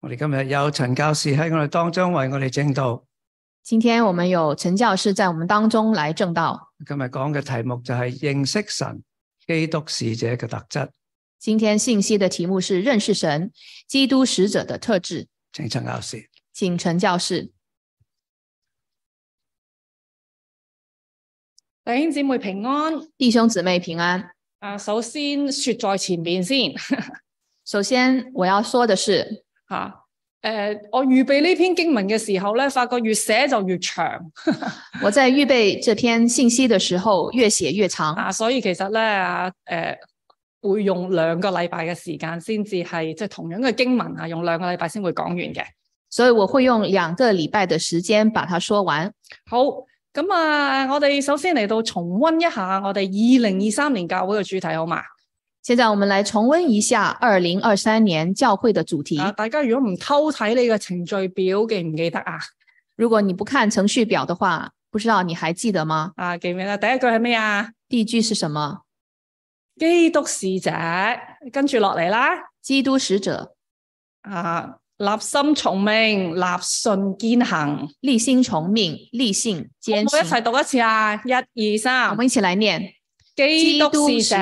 我哋今日有陈教士喺我哋当中为我哋正道。今天我们有陈教师在我们当中来正道。今日讲嘅题目就系认识神、基督使者嘅特质。今天信息的题目是认识神，基督使者的特质。请陈教士，请陈教士，弟兄姊妹平安。弟兄姊妹平安。啊，首先说在前面先吓。首先我要说的是，啊诶、我預備呢篇經文嘅時候咧，發覺越寫就越長我在预备这篇信息的时候，越写越长，啊，所以其實咧啊，诶、會用兩個禮拜嘅時間先至係即係同樣嘅經文啊，用兩個禮拜先會講完嘅。所以我会用两个礼拜的时间把它说完。好，咁啊，我哋首先嚟到重温一下我哋二零二三年教會嘅主題好嘛？现在我们来重温一下二零二三年教会的主题。啊，大家如果唔偷睇你嘅程序表，記唔記得啊？如果你不看程序表的话，不知道你还记得吗？啊，記唔記得？第一句係咩啊？第一句是什么？基督使者，跟住落嚟啦。基督使者，啊，立心從命，立信堅行。立心从命，立信我坚一行。齊讀一次啊！一二我三，们一起来念：基督使者，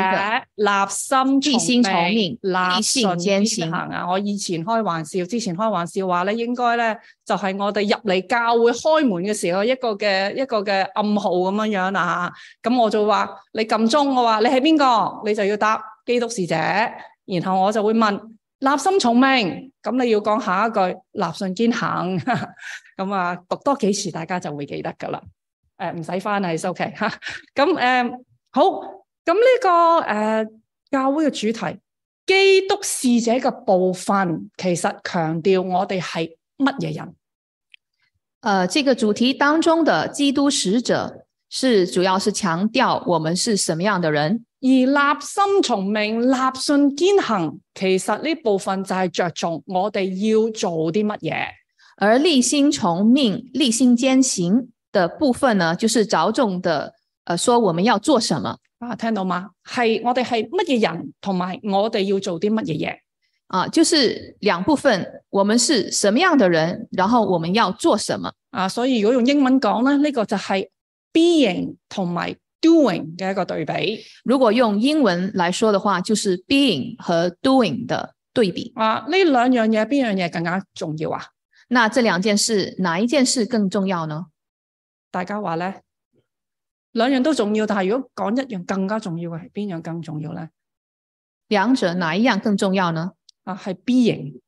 立立心心從從命命，立信立信堅堅行行啊！我以前開玩笑，之前開玩笑話咧，應該咧就係我哋入嚟教會開門嘅時候一個嘅一個嘅暗號咁樣樣啦嚇。咁我就話你撳鐘，我話你係邊個，你就要答基督使者，然後我就會問立心從命，咁你要講下一句立信堅行。 咁啊，讀多幾次大家就會記得㗎啦。誒唔使翻啦，it's OK 嚇。 咁誒、好，咁呢、個誒、教會嘅主題，基督使者嘅部分，其實強調我哋係乜嘢人。呃，这个主题当中的基督使者是主要是强调我们是什么样的人，而立心從命、立信堅行，其實呢部分就係着重我哋要做啲乜嘢。而立心从命、立心坚行的部分呢，就是着重的呃说我们要做什么啊，聽到嗎？係我哋係乜嘢人，同埋我哋要做啲乜嘢嘢。啊，就是两部分，我们是什么样的人，然后我们要做什么。啊，所以如果用英文講咧，呢、個就係 being 同埋 doing 嘅一個對比。如果用英文来说的话，就是 being 和 doing 的对比。啊，呢兩樣嘢邊樣嘢更加重要啊？那这两件事，哪一件事更重要呢？大家話咧，兩樣都重要，但係如果講一樣更加重要嘅係邊樣更重要咧？两者哪一样更重要呢？啊，係 B 型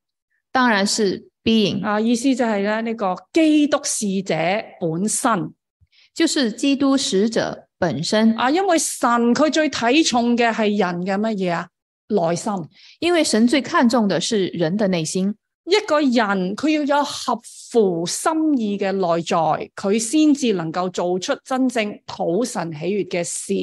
当然是 being，啊，意思就係咧呢個基督使者本身就是基督使者本身，啊，因為神佢最睇重嘅係人嘅乜嘢啊？內心因为神最看重的是人的内心。一個人佢要有合乎心意嘅內在，佢先至能夠做出真正討神喜悦嘅事。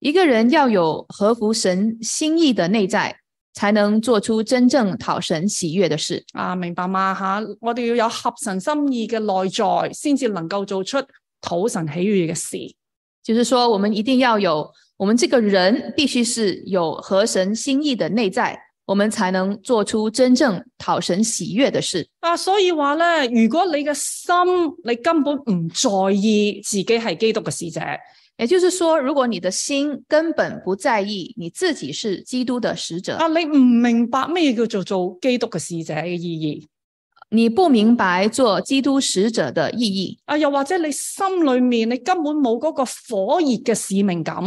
一个人要有合乎神心意的内在，才能做出真正讨神喜悦的事。啊，明白嘛吓？我哋要有合神心意嘅內在，先至能夠做出討神喜悦嘅事。就是说，我们一定要有，我们这个人必须是有合神心意的内在，我们才能做出真正讨神喜悦的事。啊，所以話咧，如果你嘅心你根本唔在意自己係基督嘅使者，啊也就是说，如果你的心根本不在意你自己是基督的使者，啊，你唔明白咩叫做做基督嘅使者嘅意義，你不明白做基督使者的意义，啊，又或者你心裏面你根本冇嗰個火熱嘅使命感，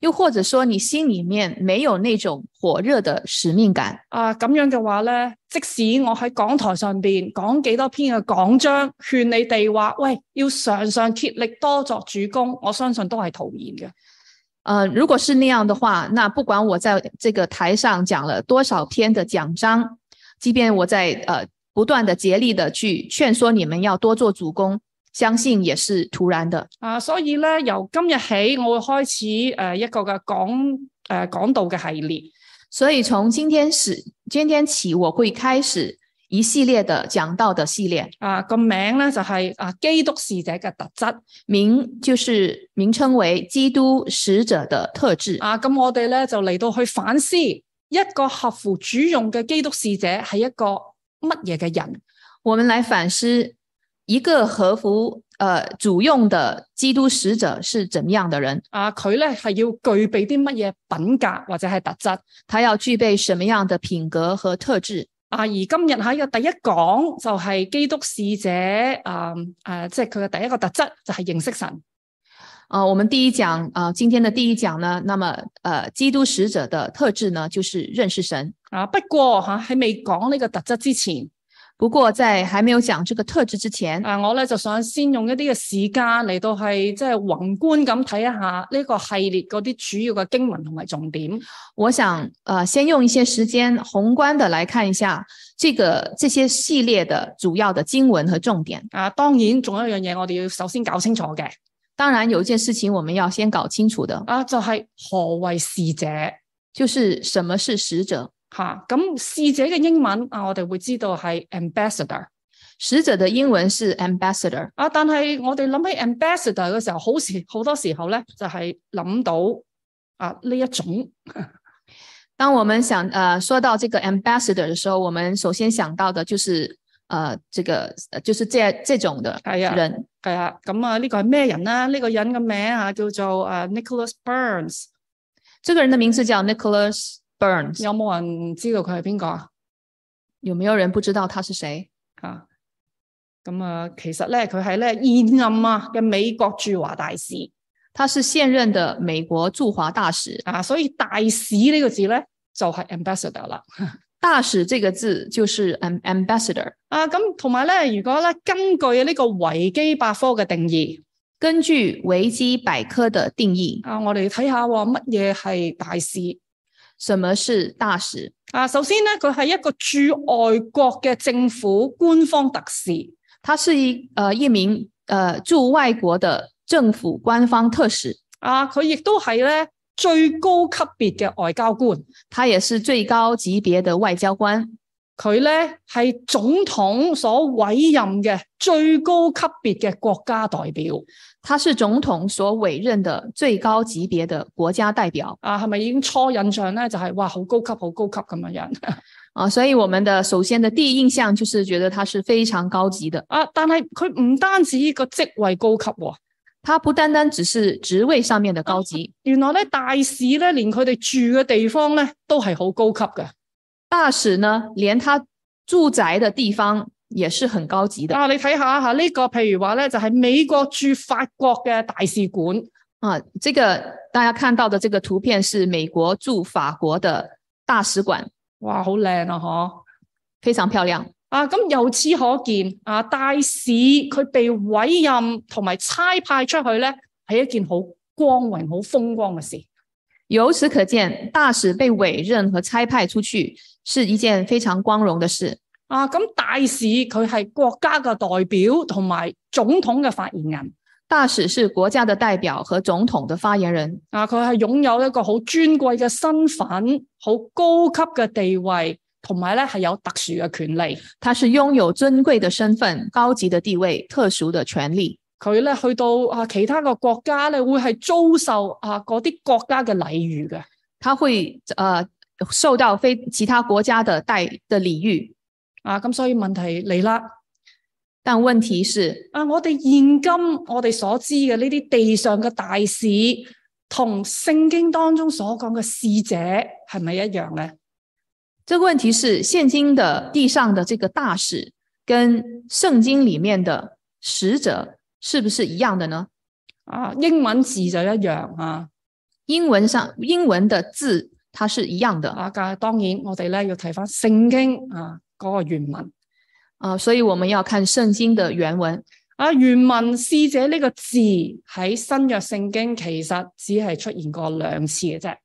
又或者说你心里面没有那种火热的使命感，啊，咁樣嘅話咧，即使我喺講台上邊講幾多篇嘅講章，勸你哋話，喂，要常常竭力多作主公，我相信都係徒然嘅。呃，如果是那样的话，那不管我在这个台上讲了多少篇的讲章，即便我在呃不断的竭力的去劝说你们要多做主公，相信也是徒然的。啊，所以咧，由今日起，我會開始誒、呃一個嘅講誒講道嘅系列。所以从今天始，今天起，我会开始一系列的讲道的系列，啊，個名咧就係、啊基督使者嘅特質。名就是名称为基督使者的特质。啊，咁我哋咧就嚟到去反思一個合乎主用嘅基督使者係一個乜嘢嘅人，我们来反思一个合乎呃主用的基督使者是怎么样的人，啊，佢咧係要具備啲乜嘢品格或者係特質。他要具备什么样的品格和特质。啊，而今日喺嘅第一講就係基督使者，啊啊，即係佢嘅第一個特質就係認識神。呃，我们第一讲啊、呃今天的第一讲呢，那么呃，基督使者的特质呢，就是认识神。啊，不過吓喺未講呢個特質之前，不过在还没有讲这个特质之前，啊，我咧就想先用一啲嘅時間嚟到係即係宏觀咁睇一下呢個系列嗰啲主要嘅經文同埋重點。我想呃，先用一些时间宏观的来看一下这个这些系列的主要的经文和重点。啊，當然仲有一樣嘢我哋要首先搞清楚嘅，当然，有一件事情我们要先搞清楚的，啊，就係何為使者就是什么是使者。吓。咁、使者嘅英文啊，我哋會知道係 ambassador。使者的英文是 ambassador，啊，但係我哋諗起 ambassador 嘅時候，好時好多時候咧就係、諗到啊呢一種当我们想呃说到这个 ambassador 的时候，我们首先想到的就是呃这个呃就是这这种的係啊人。係啊，咁啊呢個係咩人咧？呢、個人嘅名啊叫做啊 Nicholas Burns，这个人的名字叫 Nicholas Burns，有冇人知道佢係邊個啊？有没有人不知道他是谁？啊，咁啊其實咧佢係咧現任啊嘅美國駐華大使他是现任的美国驻华大使。啊，所以大使呢個字咧就係 ambassador 啦。大使这个字就是 am- ambassador。啊，咁同埋咧，如果咧根據呢個維基百科嘅定義。根据维基百科的定义，啊，我哋睇下喎乜嘢係大使什么是大使？啊？首先咧，佢係一個駐外國嘅政府官方特使他是一呃一名呃驻外国的政府官方特使，啊，佢亦都係咧最高級別嘅外交官，他也是最高级别的外交官，佢咧係總統所委任嘅最高級別嘅國家代表他是总统所委任的最高级别的国家代表啊，係咪已經初印象咧就係、哇好高級好高級咁樣樣啊、所以我们的首先的第一印象就是觉得他是非常高级的。啊？但係佢唔單止個職位高級喎、他不单单只是职位上面的高级，原來咧大使咧連佢哋住嘅地方咧都係好高級嘅。大使呢，连他住宅的地方也是很高级的啊，你睇下吓呢個，譬如話咧，就係美國駐法國嘅大使館啊。这个大家看到的这个图片是美国驻法国的大使馆，哇，好靚啊！嗬，非常漂亮。啊，咁由此可見，啊，大使佢被委任同埋差派出去咧，係一件好光榮、好風光嘅事。由此可见，大使被委任和差派出去是一件非常光荣的事。啊，咁大使佢係國家嘅代表同埋總統嘅發言人。大使是国家的代表和总统的发言人，啊，佢係擁有一個好尊貴嘅身份、好高級嘅地位，同埋咧係有特殊嘅權利。他是拥有尊贵的身份、高级的地位、特殊的权利。佢咧去到啊其他個國家咧，會係遭受啊嗰啲國家嘅禮遇嘅。他会呃受到非其他国家的待的礼遇。啊，咁所以問題嚟啦。但问题是，啊，我哋現今我哋所知嘅呢啲地上嘅大使，同聖經當中所講嘅使者係咪一樣咧？这个问题是现今的地上的这个大使跟圣经里面的使者是不是一样的呢？啊，英文字就一樣啊。英文上英文的字它是一样的啊，但係當然我哋咧要睇翻聖經啊嗰、個原文。啊、所以我们要看圣经的原文。啊，原文使者呢個字喺新約聖經其實只係出現過兩次嘅啫。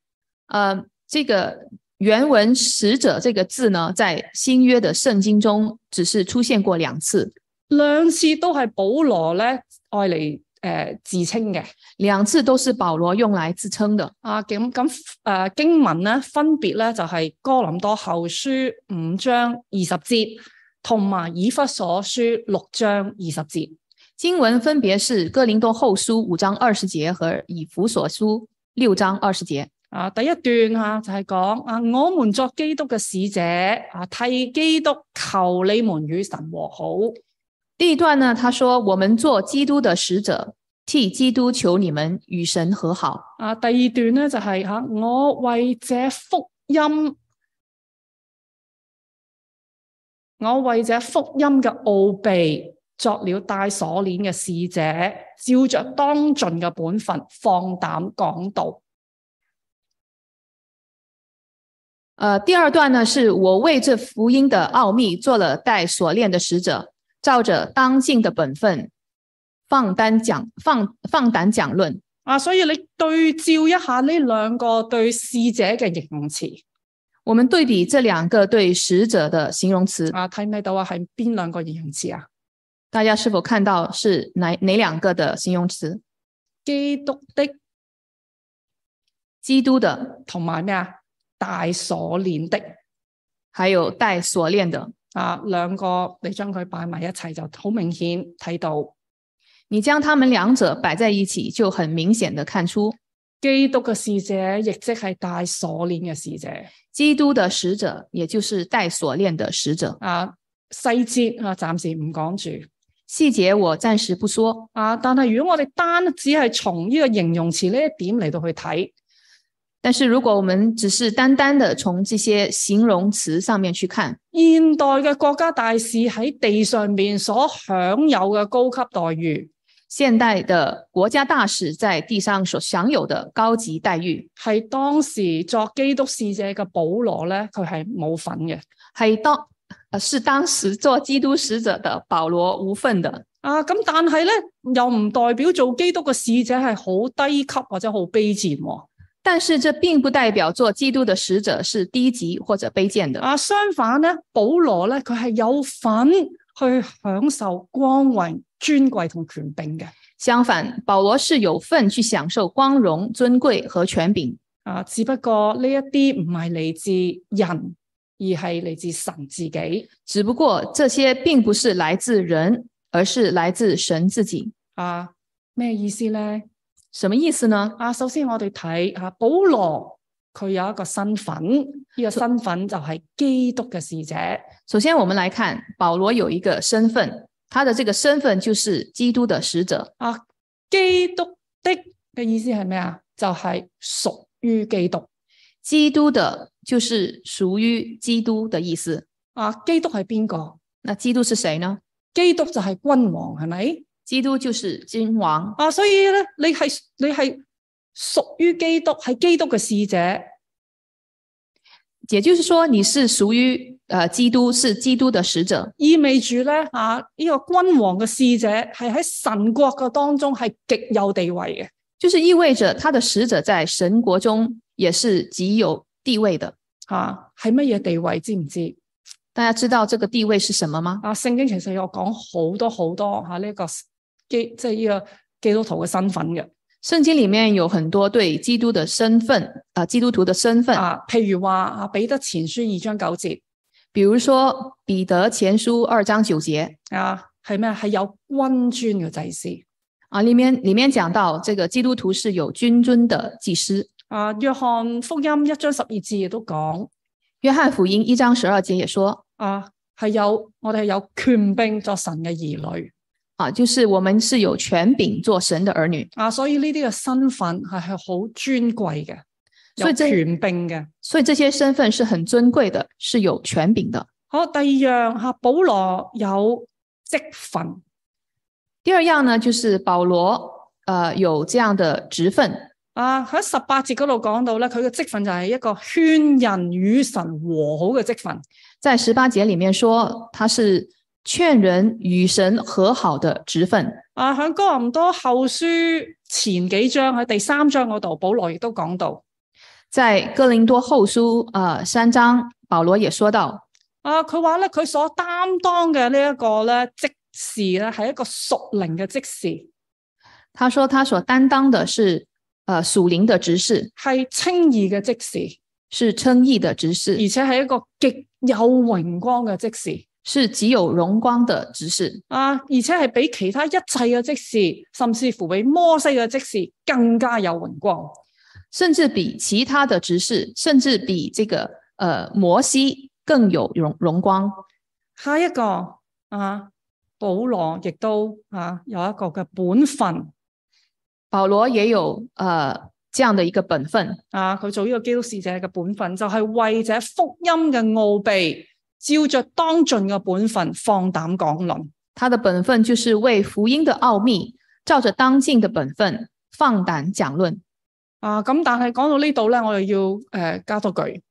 呃，这个原文“使者”这个字呢，在新约的圣经中只是出现过两次，兩次都係保羅咧愛嚟誒自稱嘅。两次都是保罗用来自称的。啊，咁咁誒經文咧分別咧就係、哥林多後書五章二十節，同埋以弗所書六章二十節。经文分别是《哥林多后书》五章二十节和《以弗所书》六章二十节。啊，第一段啊就係講啊，我們作基督嘅使者啊，替基督求你們與神和好。第一段呢，他说：“我们做基督的使者，替基督求你们与神和好。啊，第二段咧就係啊，我為這福音，我為這福音嘅奧秘作了帶鎖鏈嘅使者，照着當盡嘅本分，放膽講道。”呃，第二段呢，是我为这福音的奥秘做了带锁链的使者，照着当尽的本分，放胆讲放放胆讲论。啊，所以你對照一下呢兩個對使者嘅形容詞我们对比这两个对使者的形容词，啊，睇唔睇到啊？係邊兩個形容詞啊？大家是否看到是哪哪两个的形容词？基督的基督的，同埋咩啊？大鎖鏈的还有带锁链的。啊，兩個你將佢擺埋一齊就好明顯睇到你将他们两者摆在一起，就很明显的看出基督嘅使者，亦即係大鎖鏈嘅使者基督的使者，也就是带锁链的使者。啊。細節啊，暫時唔講住细节我暂时不说，啊。但係如果我哋單只係從呢個形容詞呢一點嚟到去睇，但是如果我们只是单单的从这些形容词上面去看，現代嘅國家大使喺地上面所享有嘅高級待遇，现代的国家大使在地上所享有的高级待遇，係當時作基督使者嘅保羅咧，佢係冇份嘅。还当呃是当时做基督使者的保罗无份的。啊，咁但係咧，又唔代表做基督嘅使者係好低級或者好卑賤喎。但是这并不代表做基督的使者是低级或者卑贱的。啊，相反咧，保羅咧佢係有份去享受光榮、尊貴同權柄嘅。相反，保罗是有份去享受光荣、尊贵和权柄，啊，只不過呢一啲唔係嚟自人，而係嚟自神自己。只不过这些并不是来自人，而是来自神自己。啊，咩意思咧？什么意思呢？啊，首先我哋睇啊，保羅佢有一個身份，呢、個身份就係基督嘅使者。首先，我们来看保罗有一个身份，他的这个身份就是基督的使者。啊，基督的嘅意思係咩啊？就係屬於基督。基督的就是属于基督的意思。啊，基督係邊個？那基督是谁呢？基督就係君王，係咪？基督就是君王，啊，所以咧，你係你係屬於基督，係基督嘅使者。也就是说你是属于呃基督，是基督的使者。意味住咧啊，呢、個君王嘅使者係喺神國嘅當中係極有地位嘅。就是意味着他的使者在神国中也是极有地位的。吓啊係乜嘢地位？知唔知？大家知道这个地位是什么吗？啊，聖經其實有講好多好多吓呢、個基，即係呢個基督徒嘅身份嘅。圣经里面有很多对基督的身份啊、基督徒的身份， 啊，譬如話啊，彼得前書二章九節比如说彼得前书二章九节啊，係咩？係有君尊嘅祭司。啊，里面里面讲到这个基督徒是有君尊的祭司。啊，約翰福音一章十二節亦都講约翰福音一章十二节也说啊，係有我哋係有權柄作神嘅兒女啊，就是我们是有权柄做神的儿女，啊，所以呢啲嘅身份係係好尊貴嘅，所有以真權柄嘅。所以这些身份是很尊贵的，是有权柄的。好，第二樣吓，啊保羅有職分第二样呢，就是保罗呃有这样的职分，啊，喺十八節嗰度講到咧，佢嘅職分就係一個勸人與神和好嘅職分。在十八节里面说他是劝人与神和好的职分。啊，喺哥林多後書前幾章喺第三章嗰度，保羅亦都講到在哥林多后书呃三章，保罗也说到，啊，佢話咧佢所擔當嘅呢一個咧職事咧係一個屬靈嘅職事，他说他所担当的是呃属灵的职事，係稱義嘅職事，是称义的职而事，且係一個極有榮光嘅職事是极有荣光的职事，啊，而且係比其他一切嘅職事，甚至乎比摩西嘅職事更加有榮光甚至比其他的执事，甚至比这个呃摩西更有荣荣光。下一個啊，保羅亦都啊有一個嘅本分保罗也有呃这样的一个本分，啊，佢做呢個基督使者嘅本分，就係、為者福音嘅奧秘，照着當盡嘅本分，放膽講論。他的本分就是为福音的奥秘，照着当尽的本分放胆讲论。啊，咁但係講到呢度咧，我又要诶、呃加多句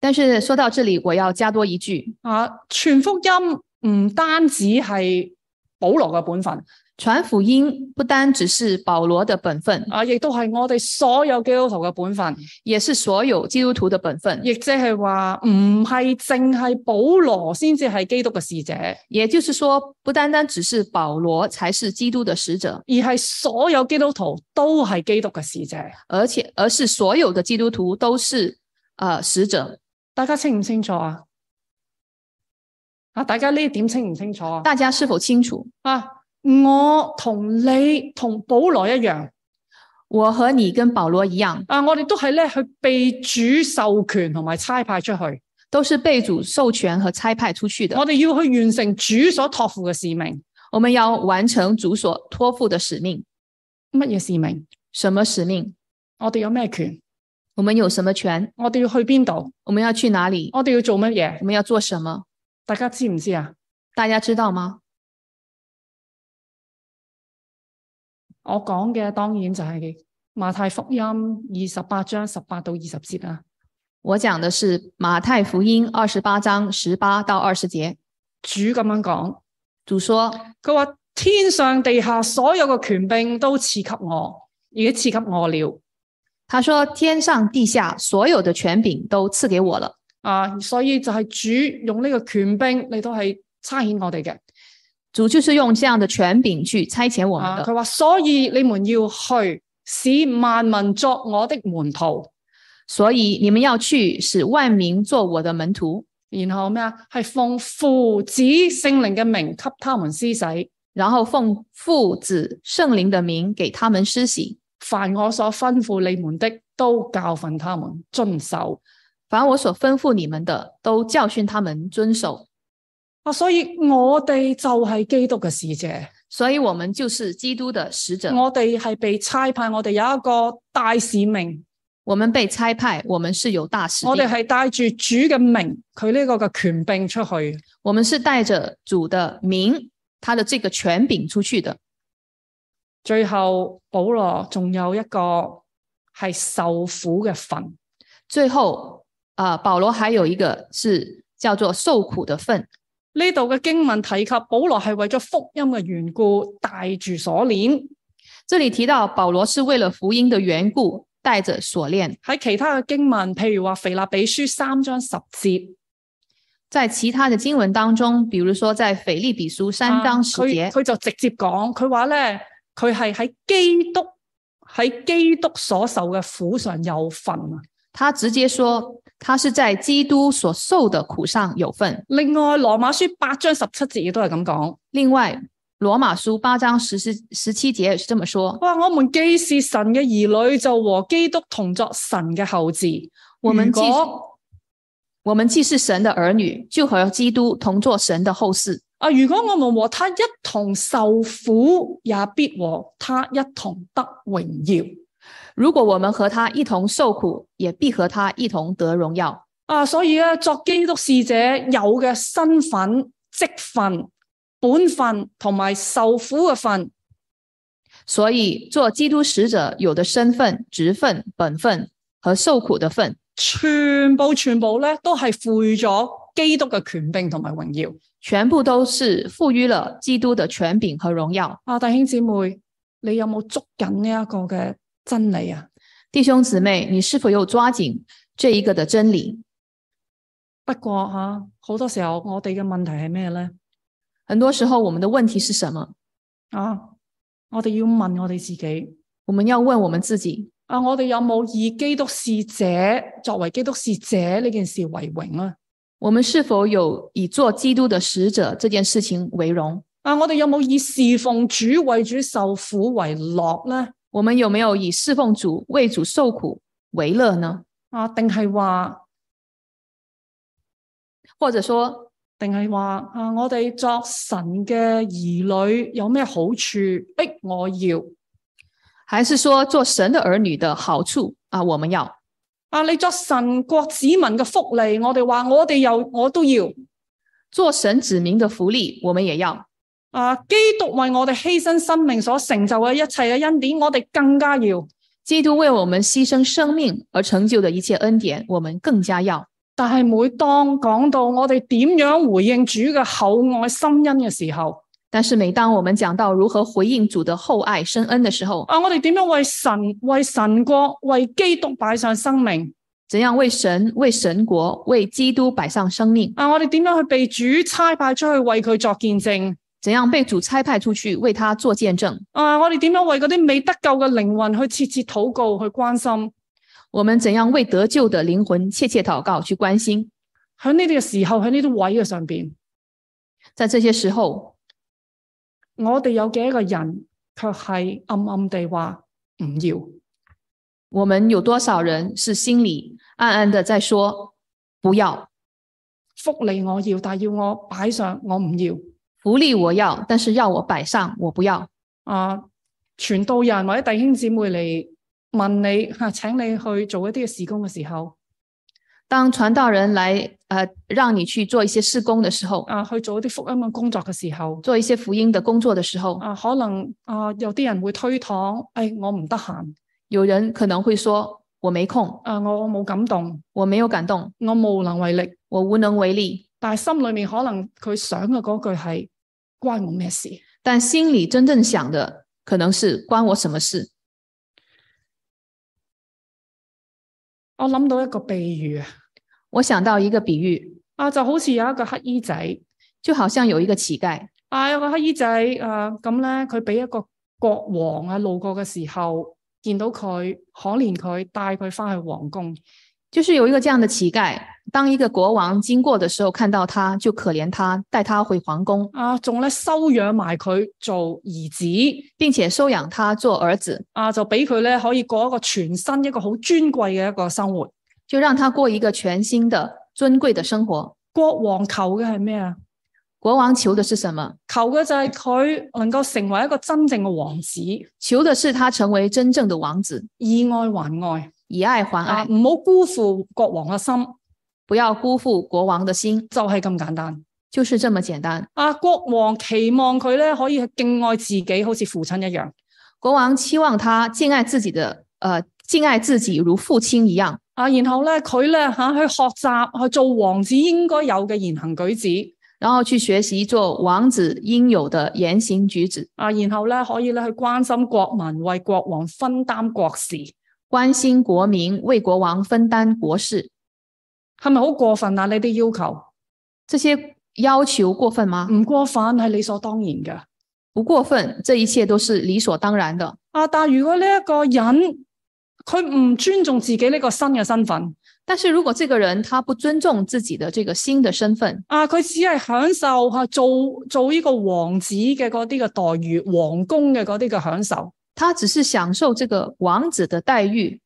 但是说到这里，我要加多一句：啊，全福音唔單止係保羅嘅本分，传福音不单只是保罗的本分，啊，亦都係我哋所有基督徒嘅本分。也是所有基督徒的本分。亦即係話唔係淨係保羅先至係基督嘅使者，而也就是说，不单单只是保罗才是基督的使者，係所有基督徒都係基督嘅使者。而且而是所有的基督徒都是呃使者。大家清唔清楚啊？啊，大家呢一點清唔清楚啊？大家是否清楚？啊，我同你同保羅一樣我和你跟保罗一样，啊，我哋都係咧去被主授權同埋差派出去，都是被主授权和差派出去的。我哋要去完成主所托付嘅使命。我们要完成主所托付的使命。乜嘢使命？什么使命？我哋有咩權？我们有什么权？我哋要去邊度？我们要去哪里？我哋要做乜嘢我？们要做什么？大家知唔知啊？大家知道吗？我講嘅當然就係馬太福音二十八章十八到二十節啊啦。我讲的是马太福音二十八章十八到二十节，主咁樣講，主说：佢話天上地下所有嘅權柄都賜給我，而且賜給我了。他说：“天上地下所有的权柄都赐给我了。啊，所以就係主用呢個權柄嚟到係差遣我哋嘅。”啊主就是用这样的权柄去差遣我们啊的。佢話所以你們要去，使萬民作我的門徒。所以你们要去，使万民做我的门徒，然後咩啊？係奉父子聖靈嘅名給他們施洗，然后奉父子圣灵的名给他们施洗。凡我所吩咐你們的，都教訓他們遵守。凡我所吩咐你们的，都教训他们遵守。啊，所以我哋就係基督嘅使者，所以我们就是基督的使者，我哋係被差派，我哋有一個大使命，我们被差派，我们是有大使我哋命，係帶住主嘅名，佢呢個嘅權柄出去。我们是带着主的名，他的这个权柄出去的。最後保羅仲有一個係受苦嘅份，最后，呃，保罗还有一个是叫做受苦的份。呢度嘅經文提及保羅係為咗福音嘅緣故帶住鎖鏈，这里提到保罗是为了福音的缘故，带着锁链。喺其他嘅經文，譬如話腓立比書三章十節。在其他的经文当中，比如说在腓立比书三章十啊节，佢佢就直接講，佢話咧，佢係喺基督喺基督所受嘅苦上有份啊。他直接说他是在基督所受的苦上有份。另外，羅馬書八章十七節亦都係咁講，另外，罗马书八章十十十七节也是这么说：哇！我們既是神嘅兒女，就和基督同作神嘅後嗣。我們如既是果我们既是神的儿女，就和基督同作神的后嗣。啊，如果我們和他一同受苦，也必和他一同得榮耀。如果我们和他一同受苦，也必和他一同得荣耀。啊，所以咧，作基督使者有嘅身份、職份、本分同埋受苦嘅份，所以，做基督使者有的身份、职分、本分和受苦的份，全部全部咧都係賦予咗基督嘅權柄同埋榮耀。全部都是赋予了基督的权柄和荣耀。啊，弟兄姊妹，你有冇捉緊呢一個嘅真理啊？弟兄姊妹，你是否有抓紧这一个的真理？不過吓，啊好、多時候我哋嘅問題係咩咧？很多时候，我们的问题是什么？啊，我哋要問我哋自己我们要问我们自己：啊，我哋有冇以基督使者作為基督使者呢件事為榮啊？我们是否有以做基督的使者这件事情为荣？啊，我哋有冇以侍奉主為主受苦為樂咧？我们有没有以侍奉主、为主受苦为乐呢？啊，定係話或者说，定係話啊，我哋作神嘅兒女有咩好處？逼我要还是说做神的儿女的好处啊？我们要啊！你作神國子民嘅福利，我哋話我哋又我都要做神子民的福利，我们也要啊！基督為我哋犧牲生命所成就嘅一切嘅恩典，我哋更加要。基督为我们牺牲生命而成就的一切恩典，我们更加要。但係每當講到我哋點樣回應主嘅厚愛深恩嘅時候，但是每当我们讲到如何回应主的厚爱深恩的时候，啊，我哋點樣為神、為神國、為基督擺上生命？怎样为神、为神国、为基督摆上生命？啊，我哋點樣去被主差派出去為佢作見證？怎样被主差派出去为他做见证？啊，我哋點樣為嗰啲未得救嘅靈魂去切切禱告、去關心？我们怎样为得救的灵魂切切祷告去关心？喺呢啲嘅時候，喺呢啲位嘅上邊，在这些时候，我哋有幾多個人卻係暗暗地話唔要我们有多少人是心里暗暗的在说不要福利，我要，但係要我擺上，我唔要。福利我要，但是要我摆上我不要。啊，傳道人或者弟兄姊妹嚟問你嚇、啊，請你去做一啲嘅事工嘅時候，当传道人来呃让你去做一些事工的时候，啊，去做一啲福音嘅工作嘅時候。做一些福音的工作的时候，啊，可能啊，有啲人會推搪，誒、哎，我唔得閒，有人可能会說我没空，啊，我我冇感動，我没有感动，我無能為力。我無能为力。但係心裏面可能佢想嘅嗰句係關我咩事？但心里真正想的可能是关我什么事？我諗到一個比喻啊，我想到一个比喻，啊，就好似有一個乞衣仔，就好像有一个乞丐，啊，有個乞衣仔，啊，咁咧佢俾一個國王啊路過嘅時候，見到佢可憐佢，帶佢翻去皇宮。就是有一个这样的乞丐，当一个国王经过的时候，看到他就可怜他，带他回皇宫，啊，仲咧收養埋佢做兒子，并且收养他做儿子，啊，就俾佢咧可以過一個全新一個好尊貴嘅一個生活。就让他过一个全新的尊贵的生活。國王求嘅係咩啊？国王求的是什么？求嘅就係佢能夠成為一個真正嘅王子，求的是他成为真正的王子，以愛還愛以爱还啊！爱，唔好辜負國王嘅心，不要辜负国王的心，就係咁簡單。就是这么简单。啊，國王期望佢咧可以係敬愛自己，好似父親一樣。国王期望他敬爱自己的，呃，敬爱自己如父亲一样，啊，然後咧佢咧吓去學習去做王子應該有嘅言行舉止。然后去学习做王子应有的言行举止，啊，然後咧可以咧去關心國民，為國王分擔國事，关心国民，为国王分担国事。係咪好過分啊？呢啲要求这些要求过分吗？唔過分係理所當然嘅。不过分，这一切都是理所当然的。啊，但如果呢一個人佢唔尊重自己呢個新嘅身份，但是如果这个人他不尊重自己的这个新的身份，啊，佢只係享受吓做做呢個王子嘅嗰啲嘅待遇，皇宮嘅嗰啲嘅享受，他只是享受这个王子的待遇，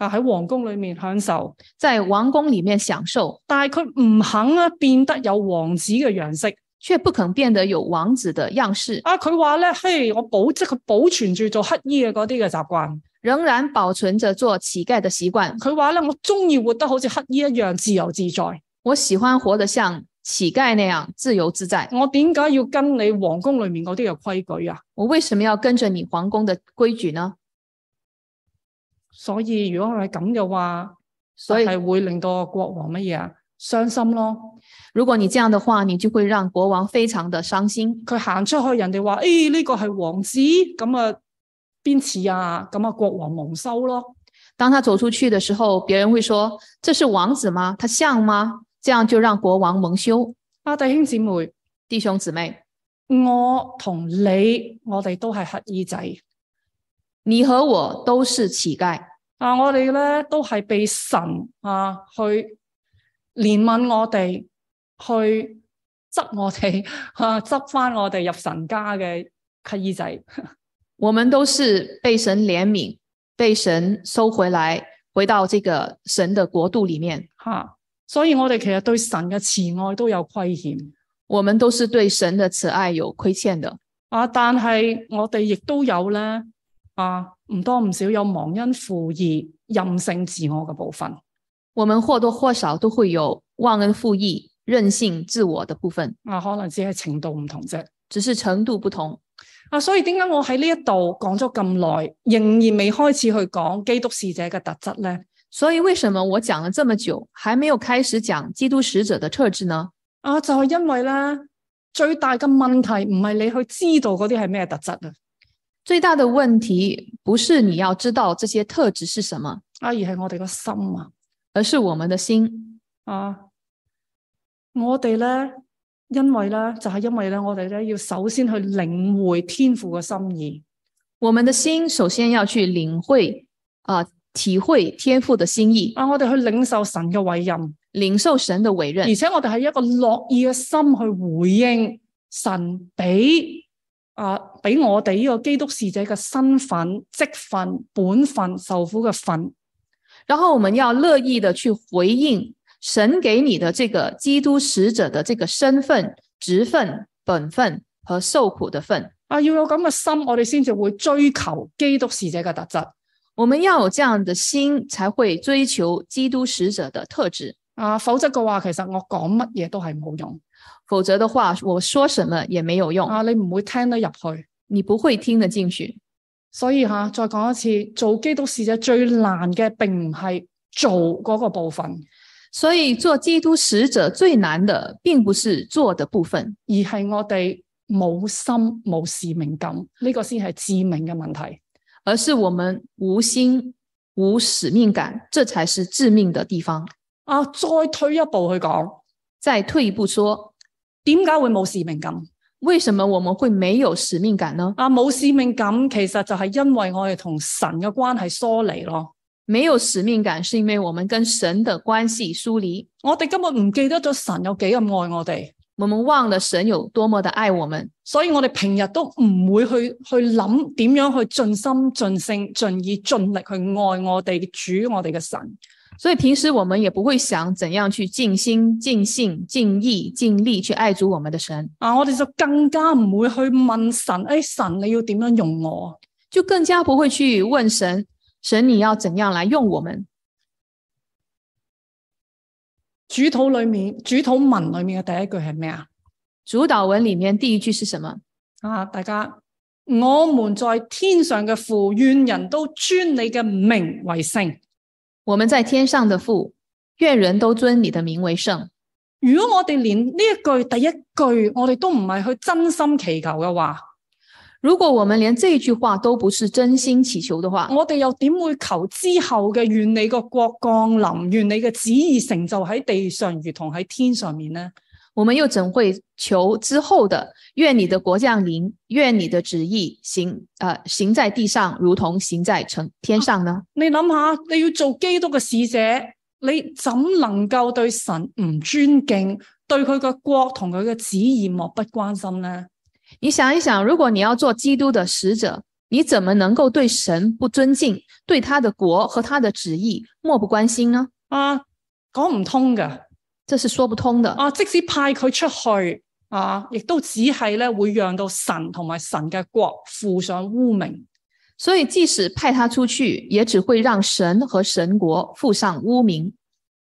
啊喺皇宮裏面享受，在王宫里面享受，但係佢唔肯啊變得有王子嘅樣式。却不肯變得有王子的样式，啊，佢話咧，嘿，我保即係佢保存住做乞衣嘅嗰啲嘅習慣。仍然保存着做乞丐的习惯。佢話咧，我中意活得好似乞衣一樣自由自在。我喜欢活得像乞丐那样自由自在。我點解要跟你皇宮裏面嗰啲嘅規矩啊？我为什么要跟着你皇宫的规矩呢？所以如果係咁嘅話，所以係會令到國王乜嘢啊？傷心咯。如果你这样的话，你就会让国王非常的伤心。佢行出去，人哋話：，诶、呢、個係王子，咁啊邊似啊？咁啊國王蒙羞咯。当他走出去的时候，别人会说：“这是王子吗？他像吗？”这样就让国王蒙羞。啊，弟兄姊妹，弟兄姊妹，我同你，我哋都係乞衣仔。你和我都是乞丐，啊，我哋咧都係被神啊去憐憫我哋，去 執我哋啊，執翻我哋入神家嘅乞衣仔。我们都是被神怜悯，被神收回来，回到这个神的国度里面。吓、啊所以我哋其實對神嘅慈愛都有虧欠我们都是对神的慈爱有亏欠的，啊，但係我哋亦都有咧啊，唔多唔少有忘恩負義、任性自我嘅部分。我们或多或少都会有忘恩负义、任性自我的部分，啊，可能只係程度唔同啫。只是程度不同。啊，所以點解我喺呢一度講咗咁耐，仍然未開始去講基督使者嘅特質咧？所以为什么我讲了这么久，还没有开始讲基督使者的特质呢？啊，就係因為咧，最大嘅問題唔係你去知道嗰啲係咩特質啊，最大的问题不是你要知道这些特质是什么，啊，而係我哋個心啊，而是我们的心。啊，我哋咧，因為咧，就係因為咧，我哋咧要首先去領會天父嘅心意，我们的心首先要去领会啊、体会天父的心意，啊，我哋去領受神嘅委任，领受神的委而任，且我哋係一個樂意嘅心去回應神俾啊俾我哋呢個基督使者嘅身份、職份、本分、受苦嘅份。然后我们要乐意的去回应神给你的这个基督使者的这个身份、职分、本分和受苦的份。啊，要有咁嘅心，我哋先至會追求基督使者嘅特質。我们要有这样的心，才会追求基督使者的特质。啊，否則嘅話，其實我講乜嘢都係冇用。否则的话，我说什么也没有用，啊，你唔會聽得入去。你不会听得进去。所以吓、再講一次，做基督使者最難嘅並唔係做嗰個部分，所以，做基督使者最难的，并不是做的部分，而係我哋冇心冇使命感，呢、個先係致命嘅問題。而是我们无心、无使命感，这才是致命的地方。啊，再退一步去講，再退一步说，點解會冇使命感？为什么我们会没有使命感呢？啊，冇使命感其實就係因為我哋同神嘅關係疏離咯。没有使命感，是因为我们跟神的关系疏离，我哋根本唔記得咗神有幾咁愛我哋，我们忘了神有多么的爱我们，所以我哋平日都唔會去去諗點樣去盡心盡性盡意盡力去愛我哋嘅主，我哋嘅神。所以平时我们也不会想怎样去尽心、尽性、尽意、尽力去爱主我们的神，啊，我哋就更加唔會去問神，诶、神你要點樣用我？就更加不会去问神，神你要怎样来用我们。主禱裏面，主禱文裏面嘅第一句係咩啊？主导文里面第一句是什么？啊，大家，我們在天上嘅父，願人都尊你嘅名為聖。我们在天上的父，愿人都尊你的名为圣。如果我哋連呢一句第一句，我哋都唔係去真心祈求嘅話，如果我们连这句话都不是真心祈求的话，我哋又點會求之後嘅願你個國降臨，願你嘅旨意成就喺地上，如同喺天上面呢？我们又怎会求之后的愿你的国降临，愿你的旨意行呃行在地上，如同行在成天上呢？你谂下，你要做基督嘅使者，你怎能够对神唔尊敬，对佢嘅国同佢嘅旨意漠不关心呢？你想一想，如果你要做基督的使者，你怎么能够对神不尊敬，对他的国和他的旨意漠不关心呢？啊，讲唔通嘅。这是说不通的。啊，即使派佢出去啊，亦都只系咧会让到神同埋神嘅国附上污名。所以，即使派他出去，也只会让神和神国附上污名。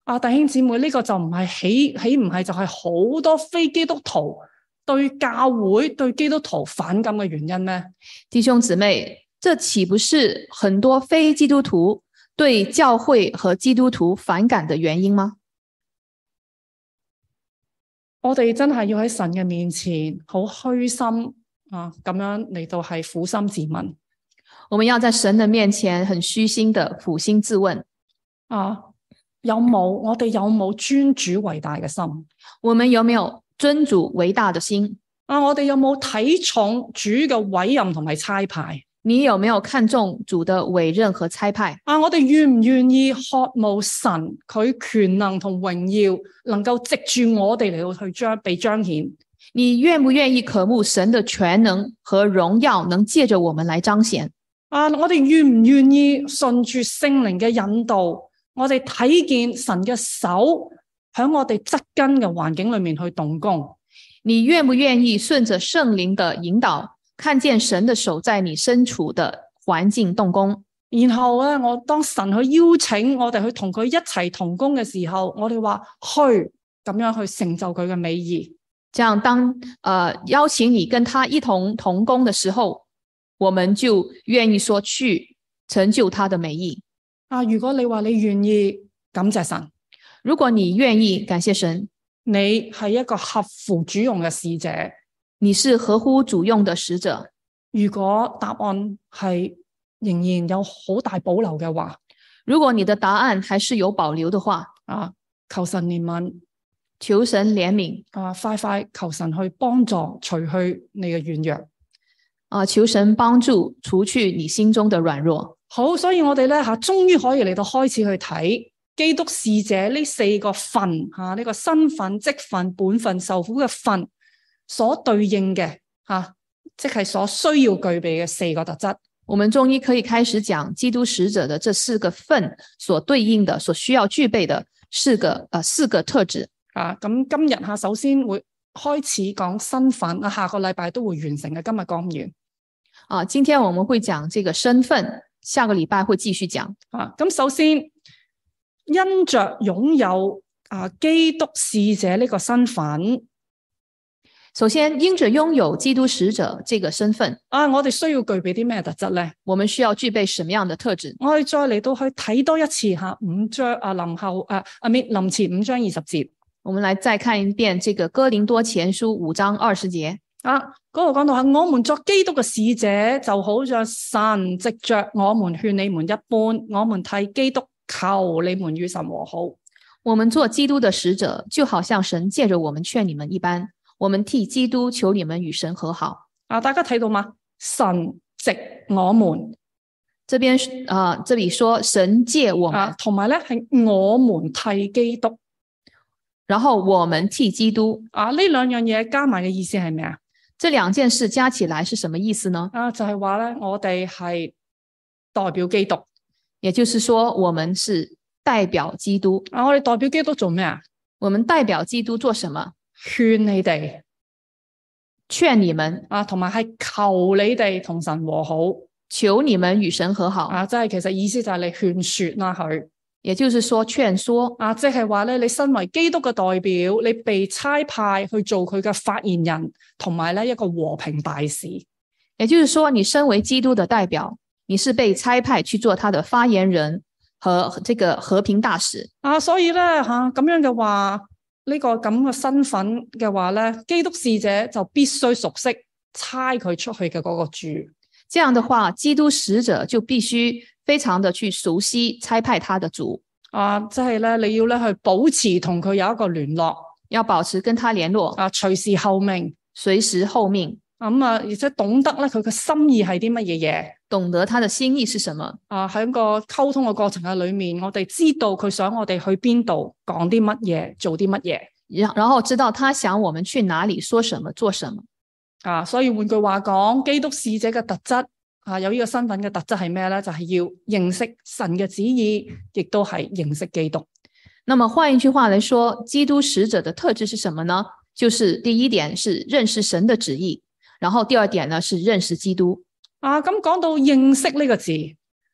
啊，弟兄姊妹，呢、個个就唔系起起唔系就系好多非基督徒对教会对基督徒反感嘅原因咩？弟兄姊妹，这岂不是很多非基督徒对教会和基督徒反感的原因吗？我哋真係要喺神嘅面前好虛心啊，咁樣嚟到係苦心自問我们要在神的面前很虚心的俯心自问：啊，有冇我哋有冇尊主為大嘅心我们有没有尊主为大的心？啊？我哋有冇睇重主嘅委任同埋差派你有没有看重主的委任和差派？啊？我哋願唔願意渴慕神佢權能同榮耀能夠藉住我哋嚟到去將被彰顯你愿不愿意渴慕神的全能和荣耀能借着我们来彰显？啊，我哋愿唔愿意顺住圣灵嘅引导，我哋睇见神嘅手喺我哋侧根嘅环境里面去动工？你愿不愿意顺着圣灵的引导，看见神的手在你身处的环境动工？然后咧，我当神去邀请我哋去同佢一齐同工嘅时候，我哋话去咁样去成就佢嘅美意。这样当，呃邀请你跟他一同同工的时候，我们就愿意说去成就他的美意。啊，如果你话你愿意，感谢神，如果你愿意，感谢神，你系一个合乎主用嘅使者。你是合乎主用的使者。如果答案系仍然有好大保留嘅话，如果你的答案还是有保留的话，啊，求神怜悯。求神怜悯啊，快快求神去帮助除去你嘅软弱。啊、求神帮助除去你心中的软弱。好，所以我哋咧吓，终于可以嚟到开始去睇基督使者呢四个份吓，呢、個个身份、职份、本份、受苦嘅份所对应嘅吓、啊即系所需要具备嘅四个特质。我们终于可以开始讲基督使者的这四个份所对应的、所需要具备的四个呃四个特质。啊，咁今日吓，首先会开始讲身份啊，下个礼拜都会完成嘅，今日讲唔完。啊，今天我们会讲这个身份，下个礼拜会继续讲。啊，咁首先因着擁有啊基督使者呢個身份首先，因着拥有基督使者这个身份，啊，我哋需要具備啲咩特質咧？我们需要具备什么样的特质？我哋再嚟到去睇多一次吓五章啊林後啊啊咪林前五章二十節我们来再看一遍这个哥林多前书五章二十节。啊，嗰度講到吓，我們作基督嘅使者，就好像神藉着我們勸你們一般，我們替基督求你們與神和好。我们做基督的使者，就好像神借着我们劝你们一般，我们替基督求你们与神和好。啊，大家睇到嘛？神藉我們。这边是呃，这里说神借我们，啊，同埋咧係我們替基督然后我们替基督，啊，呢兩樣嘢加埋嘅意思係咩啊？这两件事加起来是什么意思呢？啊，就係話咧，我哋係代表基督也就是说，我们是代表基督，啊，我哋代表基督做咩啊？我们代表基督做什么？勸你哋劝你们，啊，同埋係求你哋同神和好求你们与神和好，啊，即係其實意思就係你勸说啦佢也就是说劝说。啊，即係話咧，你身為基督嘅代表，你被差派去做佢嘅發言人，同埋咧一個和平大使。也就是说，你身为基督的代表，你是被差派去做他的发言人和这个和平大使。啊，所以咧吓咁樣嘅話，呢、個咁嘅身份嘅話咧，基督使者就必須熟悉差佢出去嘅嗰個主。这样的话，基督使者就必须非常的去熟悉差派他的主，啊，即係咧你要咧去保持同佢有一個聯絡，要保持跟他联络，啊，隨時候命。随时候命，咁啊，而且懂得咧佢嘅心意係啲乜嘢嘢。懂得他的心意是什么。啊，喺個溝通嘅過程嘅裏面，我哋知道佢想我哋去邊度，講啲乜嘢，做啲乜嘢。然然后知道他想我们去哪里，说什么，做什么。啊，所以換句話講，基督使者嘅特質啊，有呢個身份嘅特質係咩咧？就係、要認識神嘅旨意，亦都係認識基督。那么换一句话来说，基督使者的特质是什么呢？就是第一点是认识神的旨意，然后第二点呢是认识基督。啊，咁講到認識呢個字，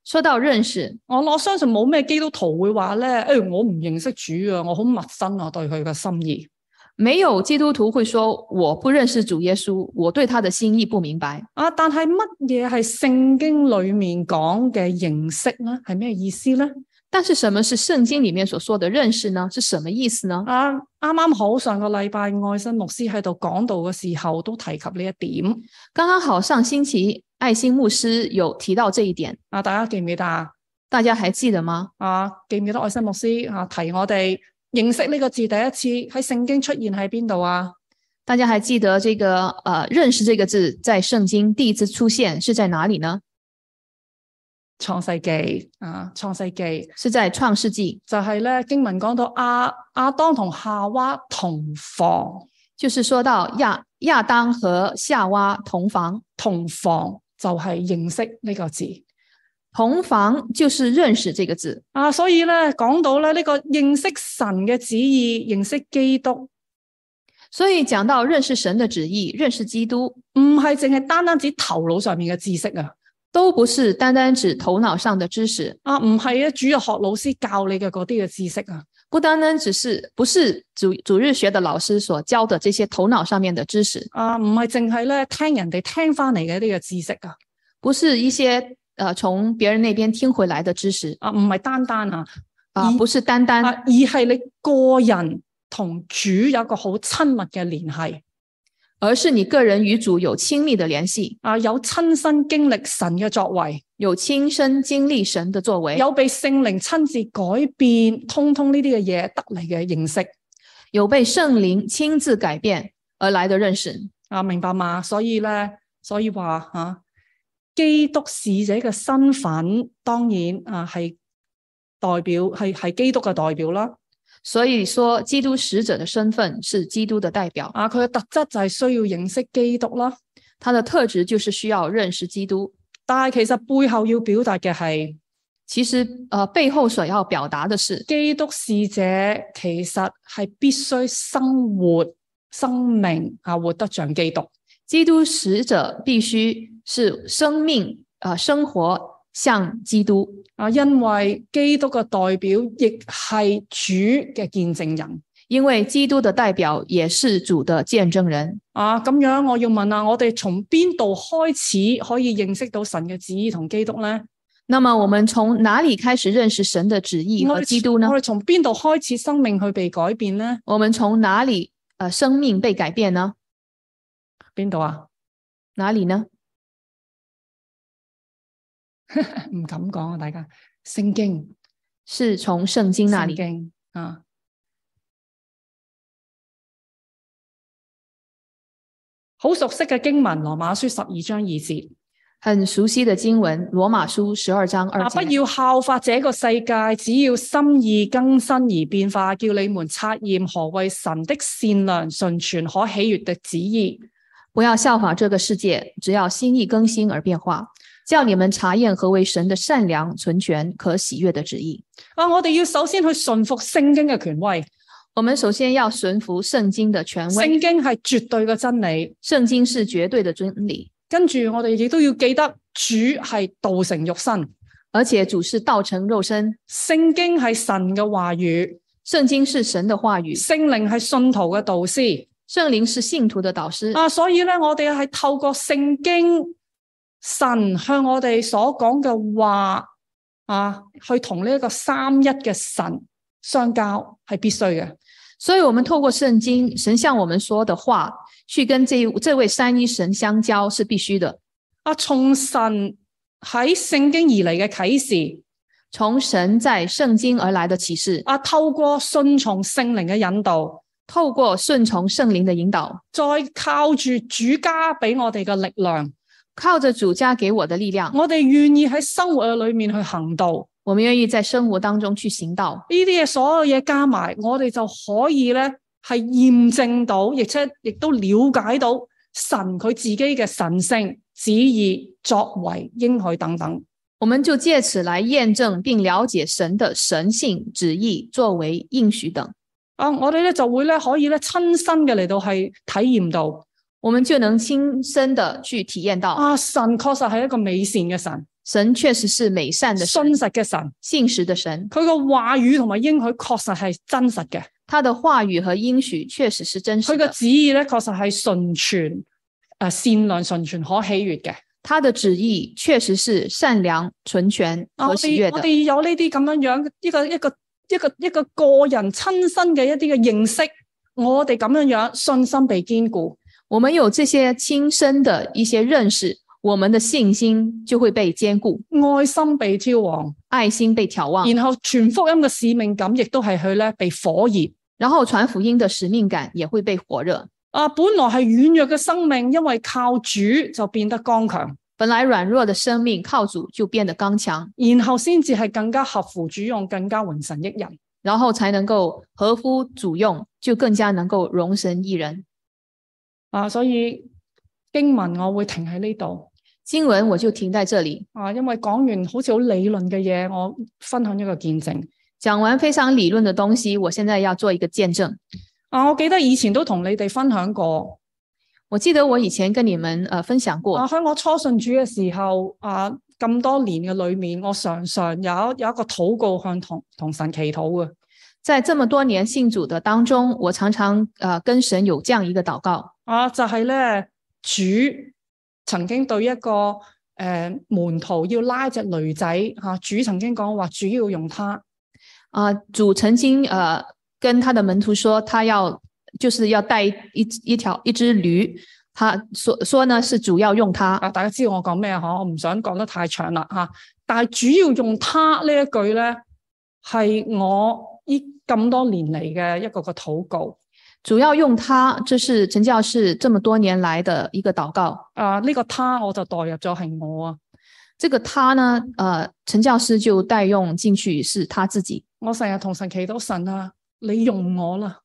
说到认识，我我相信冇咩基督徒會話咧，誒、我唔認識主啊，我好陌生啊，對佢嘅心意。没有基督徒会说我不认识主耶稣，我对他的心意不明白。啊，但係乜嘢係聖經裡面講嘅認識咧？係咩意思咧？但是什么是圣经里面所说的认识呢？是什么意思呢？啊，啱啱好上個禮拜愛新牧師喺度講道嘅時候都提及呢一點。刚刚好上星期爱心牧师有提到这一点，啊，大家記唔記得啊？大家还记得吗？啊，記唔記得愛新牧師啊提我哋認識呢個字第一次喺聖經出現喺邊度啊？大家还记得这个呃“认识”这个字在圣经第一次出现是在哪里呢？創世記啊，創世記是在创世纪，就係咧經文講到亞亞當同夏娃同房就是说到亚亚当和夏娃同房，同房就係認識呢個字同房就是认识这个字。啊，所以咧講到咧呢、個認識神嘅旨意，認識基督，所以讲到认识神的旨意，认识基督，唔係淨係單單指頭腦上面嘅知識啊，都不是单单指头脑上的知识，啊唔係啊，主日學老師教你嘅嗰啲嘅知識啊，不单单只是不是主主日学的老师所教的这些头脑上面的知识，啊唔係淨係咧聽人哋聽翻嚟嘅呢個知識啊，不是一些呃从别人那边听回来的知识啊唔係單單啊，啊、嗯不是单啊单而係你個人同主有一個好親密嘅聯繫。而是你个人与主有亲密的联系，啊，有親身經歷神嘅作為，有亲身經歷神的作為，有被聖靈親自改變，通通呢啲嘅嘢得嚟嘅認識有被聖靈亲自改变而来的认识。啊，明白嘛？所以咧，所以話啊，基督使者嘅身份當然啊係代表係係基督嘅代表啦。所以说，基督使者的身份是基督的代表，啊，佢嘅特質就係需要認識基督啦。他的特质就是需要认识基督。但係其實背後要表達嘅係其實，呃，背後所要表達的是，基督使者其實係必須生活、生命啊，活得像基督。基督使者必须是生命，呃，生活像基督，啊，因为基督嘅代表亦系主嘅见证人因为基督的代表也是主的见证人。啊。咁样我要问啊，我哋从边度开始可以认识到神嘅旨意同基督咧？那么，我们从哪里开始认识神的旨意我和哋基督呢我？哋从边度开始生命去被改变咧？我们从哪里呃生命被改变呢？边度啊？ 哪里呢？唔敢讲啊，大家圣经是从圣经那圣里。经啊。好熟悉嘅经文，《罗马书》十二章二节，很熟悉的经文，《罗马书》十二章二啊！不节。要效法这个世界，只要心意更新而变化，叫你们察验何为神的善良、纯全、可喜悦的旨意。不要效法这个世界，只要心意更新而变化，叫你们查验何为神的善良、纯全、可喜悦的旨意。啊！我哋要首先去顺服圣经嘅权威，我们首先要顺服圣经的权威，圣经系绝对嘅真理。圣经是绝对的真理，跟住我哋亦都要记得，主系道成肉身，而且主是道成肉身，圣经系神嘅话语，圣经是神的话语，圣灵系信徒嘅导师。圣灵是信徒的导师。啊！所以咧，我哋系透过圣经神向我哋所讲嘅话啊，去同呢一个三一嘅神相交系必须嘅。所以，我们透过圣经，神向我们说的话，去跟这这位三一神相交是必须的。啊，从神喺圣经而嚟嘅启示从神在圣经而来的启示，啊，透过顺从圣灵嘅引导，透过顺从圣灵的引导，再靠住主家俾我哋嘅力量，靠着主家给我的力量，我哋愿意喺生活嘅里面去行道。我们愿意在生活当中去行道。呢啲嘢所有嘢加埋，我哋就可以咧係驗證到，亦且亦都了解到神佢自己嘅神性旨意、作為、應許等等。我们就借此来验证并了解神的神性、旨意、作为、应许等，啊，我哋咧就會咧可以咧親身嘅嚟到係體驗到我们就能亲身的去体验到，啊，神確實係一個美善嘅神，神确实是美善的信神、實嘅神，信实的神，佢個話語同埋應許確實係真實嘅，他的话语和应许确实是真佢实嘅的，旨意咧確實係純全、呃善良、純全、可喜悦嘅。他的旨意确实是善良、纯全啊！我和喜悦哋的我。哋有呢啲咁樣樣一個一個一個一個個人親身嘅一啲嘅認識，我哋咁樣樣信心被堅固，我们有这些亲身的一些认识，我们的信心就会被坚固，愛心被挑旺，爱心被眺望，然後全福音嘅使命感亦都係去咧被火熱。然后传福音的使命感也会被火热。啊，本來係軟弱嘅生命，因為靠主就變得剛強，本来软弱的生命靠主就变得刚强，然後先至係更加合乎主用，更加榮神益人。然后才能够合乎主用，就更加能够容神一人。啊，所以經文我會停喺呢度经文我就停在这里。啊，因為講完好似好理論嘅嘢，我分享一個見證。讲完非常理论的东西，我现在要做一个见证。啊，我記得以前都同你哋分享過，我记得我以前跟你们呃分享过，啊，喺我初信主嘅時候，啊咁多年嘅裏面，我常常有一有一個禱告向同同神祈禱嘅。在这么多年信主的当中，我常常呃跟神有这样一个祷告，啊，就係咧，主曾經對一個诶、呃、门徒要拉只女仔吓、啊主曾經講話，主要用他啊、主曾经呃跟他的门徒说，他要就是要带一一条一只驴，他说说呢是主要用它。啊，大家知道我講咩嗬？我唔想講得太長啦吓、啊但係主要用他呢一句咧，係我依咁多年嚟嘅一個個禱告。主要用它，这是陈教士这么多年来的一个祷告。啊，呢、個他我就代入咗係我啊，这个他呢，呃，陈教师就代用进去是他自己。我成日同神祈禱神啊，你用我啦。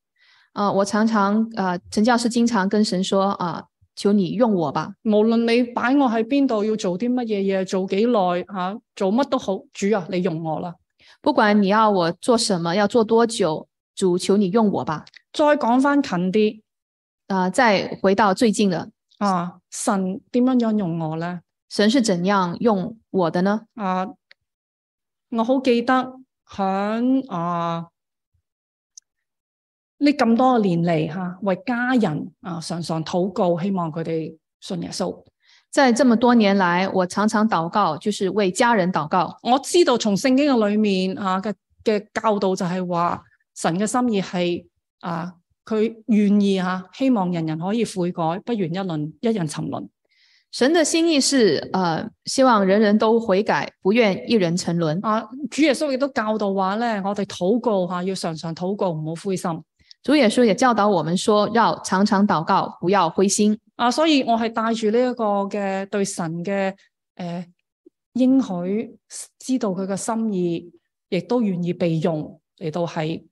呃，我常常呃，陈教师经常跟神说啊、求你用我吧，無論你擺我喺邊度，要做啲乜嘢嘢，做幾耐吓，做乜都好，主啊，你用我啦。不管你要我做什么，要做多久，主求你用我吧。再講翻近啲啊、再回到最近的，啊，神點樣樣用我咧？神是怎样用我的呢？啊，我好記得響啊呢咁多年嚟吓、啊為家人啊常常禱告，希望佢哋信耶穌。在这么多年来，我常常祷告，就是为家人祷告。我知道從聖經嘅裏面啊嘅嘅教導就係話，神嘅心意係啊，佢願意吓、啊希望人人可以悔改，不願一論一人沉淪。神的心意是，呃，希望人人都悔改，不愿一人沉沦。啊，主耶穌亦都教導話咧，我哋禱告吓、啊要常常禱告，唔好灰心。主耶稣也教导我们说，要常常祷告，不要灰心。啊，所以我係帶住呢一個嘅對神嘅诶、呃、应许，知道佢嘅心意，亦都願意被用嚟到係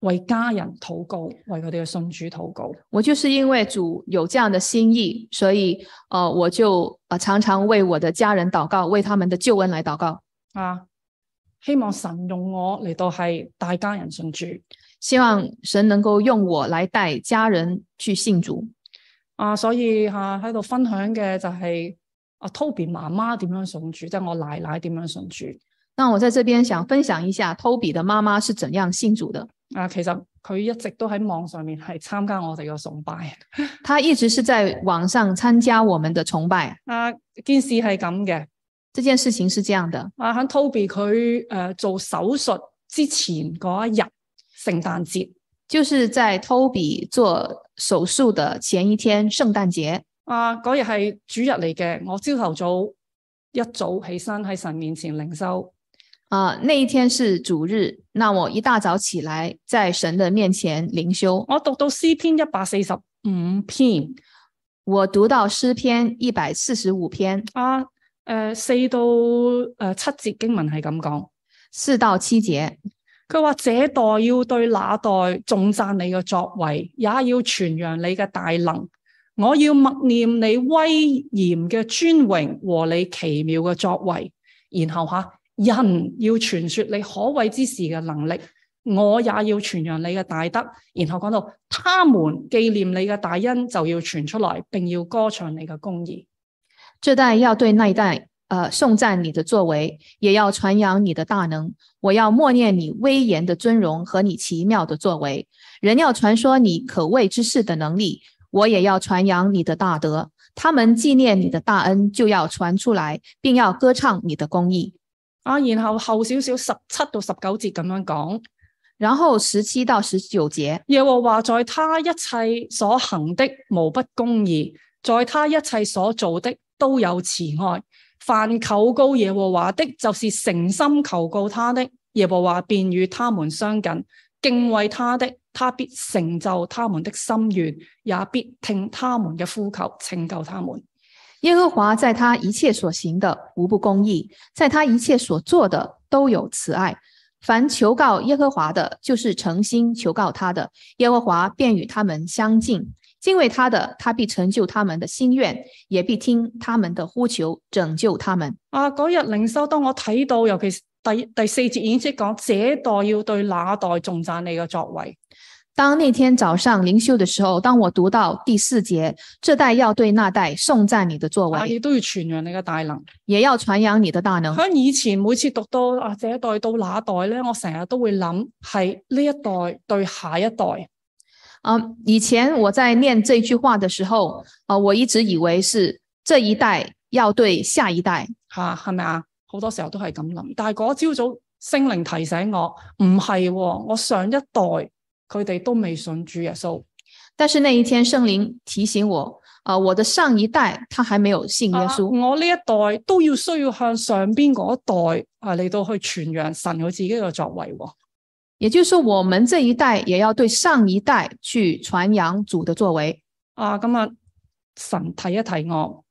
為家人禱告，為佢哋嘅信主禱告。我就是因为主有这样的心意，所以呃，我就呃常常为我的家人祷告，为他们的救恩来祷告，啊，希望神用我嚟到係帶家人信主。希望神能够用我来带家人去信主。啊，所以吓喺度分享嘅就係啊 Toby 媽媽點樣信主，即、係我奶奶點樣信主。那我在这边想分享一下 Toby 的妈妈是怎样信主的。啊，其實佢一直都喺網上面係參加我哋嘅崇拜。她一直是在网上参加我们的崇拜。啊，件事係咁嘅。这件事情是这样的，啊，喺 Toby 佢誒做手術之前嗰一日，聖誕節就是在 Toby 做手术的前一天，圣诞节啊，嗰日係主日嚟嘅。我朝頭早一早起身喺神面前靈修，啊、那一天是主日。那我一大早起来，在神的面前灵修，我讀到詩篇一百四十五篇我读到诗篇一百四十五篇啊，誒、四到誒、七節經文係咁講。四到七节，佢話：這代要對那代重讚你嘅作為，也要傳揚你嘅大能。我要默念你威嚴嘅尊榮和你奇妙嘅作為。然後吓人要傳說你可畏之事嘅能力，我也要傳揚你嘅大德。然後講到他們紀念你嘅大恩，就要傳出來，並要歌唱你嘅公義。这代要对那一代，呃，颂赞你的作为，也要传扬你的大能。我要默念你威严的尊荣和你奇妙的作为。人要传说你可畏之事的能力，我也要传扬你的大德。他们纪念你的大恩，就要传出来，并要歌唱你的公义。啊，然後後少少十七到十九節咁樣講。然后十七到十九节，耶和華在他一切所行的無不公義，在他一切所做的都有慈愛。凡求告耶和華的，就是誠心求告他的，耶和華便與他們相近。敬畏他的，他必成就他們的心願，也必聽他們嘅呼求，拯救他們。耶和华在他一切所行的无不公义，在他一切所做的都有慈爱。凡求告耶和华的，就是诚心求告他的，耶和华便与他们相近。敬畏他的，他必成就他们的心愿，也必听他们的呼求，拯救他们。啊，嗰日靈修，當我睇到，尤其是第第四節演即講，這代要對那代重讚你嘅作為。当那天早上灵修的时候，当我读到第四节，这代要对那代颂赞你的作啊，为，亦都要傳揚你嘅大能。也要传扬你的大能。喺以前每次讀到啊，這一代到那一代咧，我成日都會諗係呢一代對下一代。嗯，以前我在念这句话的时候，啊、我一直以为是这一代要对下一代，吓，係咪啊？好多時候都係咁諗，但係嗰朝早聖靈提醒我，唔係喎，我上一代佢哋都未信主耶穌，但是那一天圣灵提醒我，啊、我的上一代他还没有信耶啊稣，我呢一代都要需要向上邊嗰一代啊嚟到去傳揚神佢自己嘅作為喎。也就是说，我们这一代也要对上一代去传扬主的作为。啊，咁啊，神提一提我，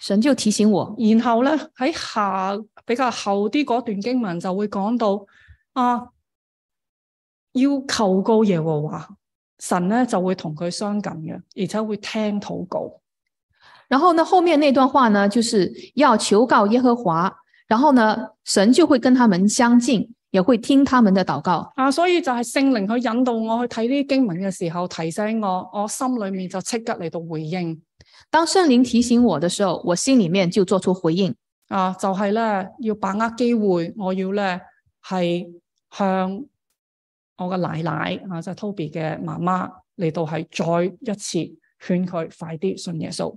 神就提醒我，然後咧喺下比較後啲嗰段經文就會講到啊，要求告耶和華，神咧就會同佢相近嘅，而且會聽禱告。然后呢，后面那段话呢，就是要求告耶和华，然后呢，神就会跟他们相近，也会听他们的祷告。啊，所以就係聖靈去引導我去睇呢啲經文嘅時候，提醒我，我心裏面就即刻嚟到回應。当圣灵提醒我的时候，我心里面就做出回应，啊，就係咧要把握機會，我要咧係向我嘅奶奶啊，就係 Toby 嘅媽媽嚟到係再一次勸佢快啲信耶穌。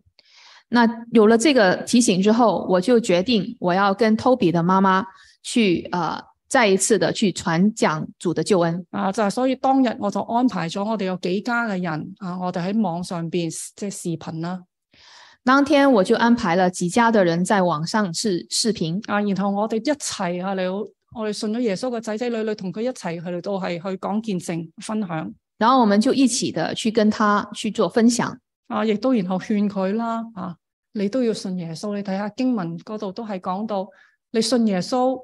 那有了这个提醒之后，我就决定我要跟 Toby 的妈妈去呃再一次的去传讲主的救恩。啊，就係所以當日我就安排咗我哋有幾家嘅人啊，我哋喺網上邊即係視頻啦。当天我就安排了几家的人在网上视视频，啊，然後我哋一齊啊，你好，我哋信咗耶穌嘅仔仔女女同佢一齊去到係去講見證分享。然后我们就一起的去跟他去做分享。啊，亦都然後勸佢啦，啊，你都要信耶穌。你睇下經文嗰度都係講到，你信耶穌，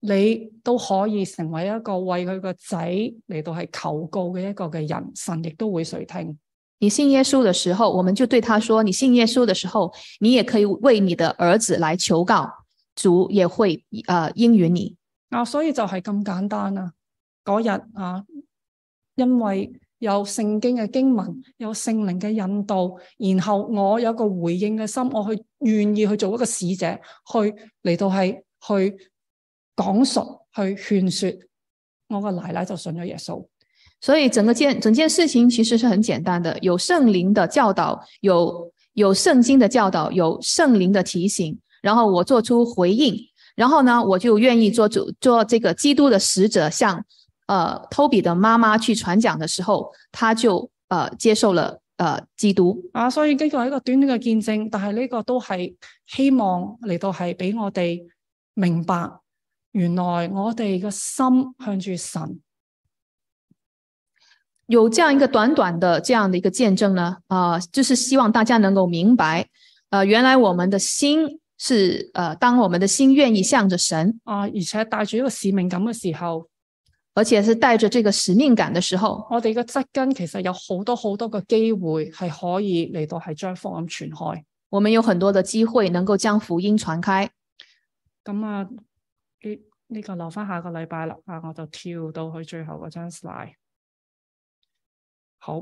你都可以成為一個為佢個仔嚟到係求告嘅一個嘅人，神亦都會垂聽。你信耶稣的时候，我们就对他说：“你信耶稣的时候，你也可以为你的儿子来求告，主也会呃应允你。”啊，所以就係咁簡單啦。嗰日啊，因為有聖經嘅經文，有聖靈嘅引導，然後我有一個回應嘅心，我去願意去做一個使者，去嚟到係去講述、去勸說。我個奶奶就信咗耶穌。所以整个件整件事情其实是很简单的，有圣灵的教导，有有圣经的教导，有圣灵的提醒，然后我做出回应，然后呢，我就愿意做主做这个基督的使者，向呃 Toby 的妈妈去传讲的时候，他就呃接受了呃基督。啊，所以呢個係一個短短嘅見證，但係呢個都係希望嚟到係俾我哋明白，原來我哋嘅心向住神。有这样一个短短的这样的一个见证呢，啊、就是希望大家能够明白，呃，原来我们的心是呃，当我们的心愿意向着神，啊，而且帶住一個使命感嘅時候，而且是带着这个使命感的时候，我哋嘅側根其實有好多好多嘅機會係可以嚟到係將福音傳開。我们有很多的机会能够将福音传开。咁啊，呢呢、個留翻下個禮拜啦。啊，我就跳到去最後嗰張 slide。好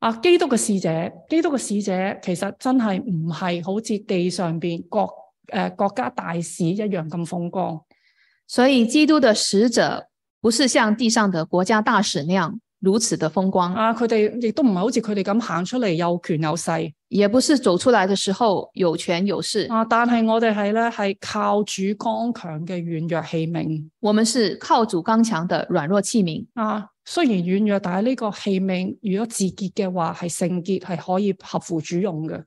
啊，基督嘅使者，基督嘅使者其實真係唔係好似地上邊國誒、呃、國家大使一樣咁風光。所以，基督的使者不是像地上的国家大使那样如此的风光，啊，佢哋亦都唔係好似佢哋咁行出嚟有權有勢。也不是走出来的时候有权有势。啊！但係我哋係咧係靠主剛強嘅軟弱器皿我们是靠主刚强的软弱器皿。啊。雖然軟弱，但係呢個器皿如果自潔嘅話，係聖潔，係可以合乎主用嘅。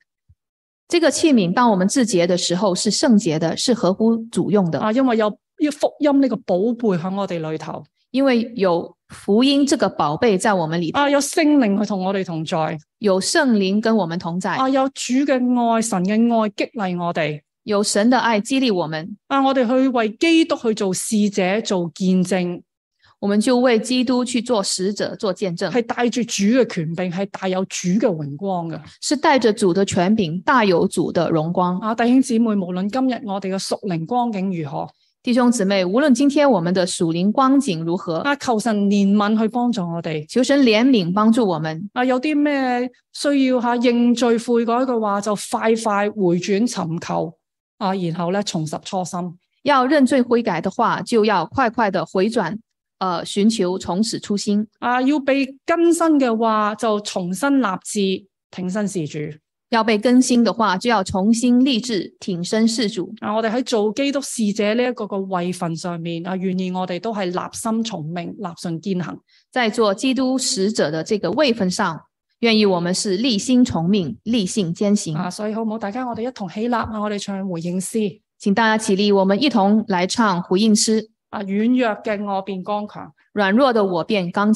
这个器皿，当我们自洁的时候是圣洁的，是合乎主用的，啊，因為有呢福音呢個寶貝喺我哋裏頭因为有福音这个宝贝在我们里头，啊，有聖靈去同我哋同在有圣灵跟我们同在，啊，有主嘅愛、神嘅愛激勵我哋有神的爱激励我们，啊，我哋去為基督去做使者、做見證我我们就为基督去做使者、做见证，係帶住主嘅權柄，係帶有主嘅榮光嘅。是带着主的权柄，大有主的荣光。啊，弟兄姊妹，無論今日我哋嘅屬靈光景如何，弟兄姊妹，无论今天我们的属灵光景如何，啊，求神憐憫去幫助我哋。求神怜悯帮助我们。啊，有啲咩需要吓認罪悔改嘅話，就快快回轉尋求啊，然後咧重拾初心。要认罪悔改的话，就要快快的回转，呃，寻求重拾初心。啊，要被更新嘅話，就重新立志，挺身事主。要被更新的话，就要重新立志，挺身事主。啊，我哋喺做基督使者呢一個個位份上面啊，願意我哋都係立心從命，立信堅行。在做基督使者的这个位份上，愿意我们是立心从命，立信坚行。啊，所以好唔好？大家我哋一同起立啊！我哋唱回應詩请大家起立，我们一同来唱回应诗：啊，軟弱嘅我變剛強。软弱的我变刚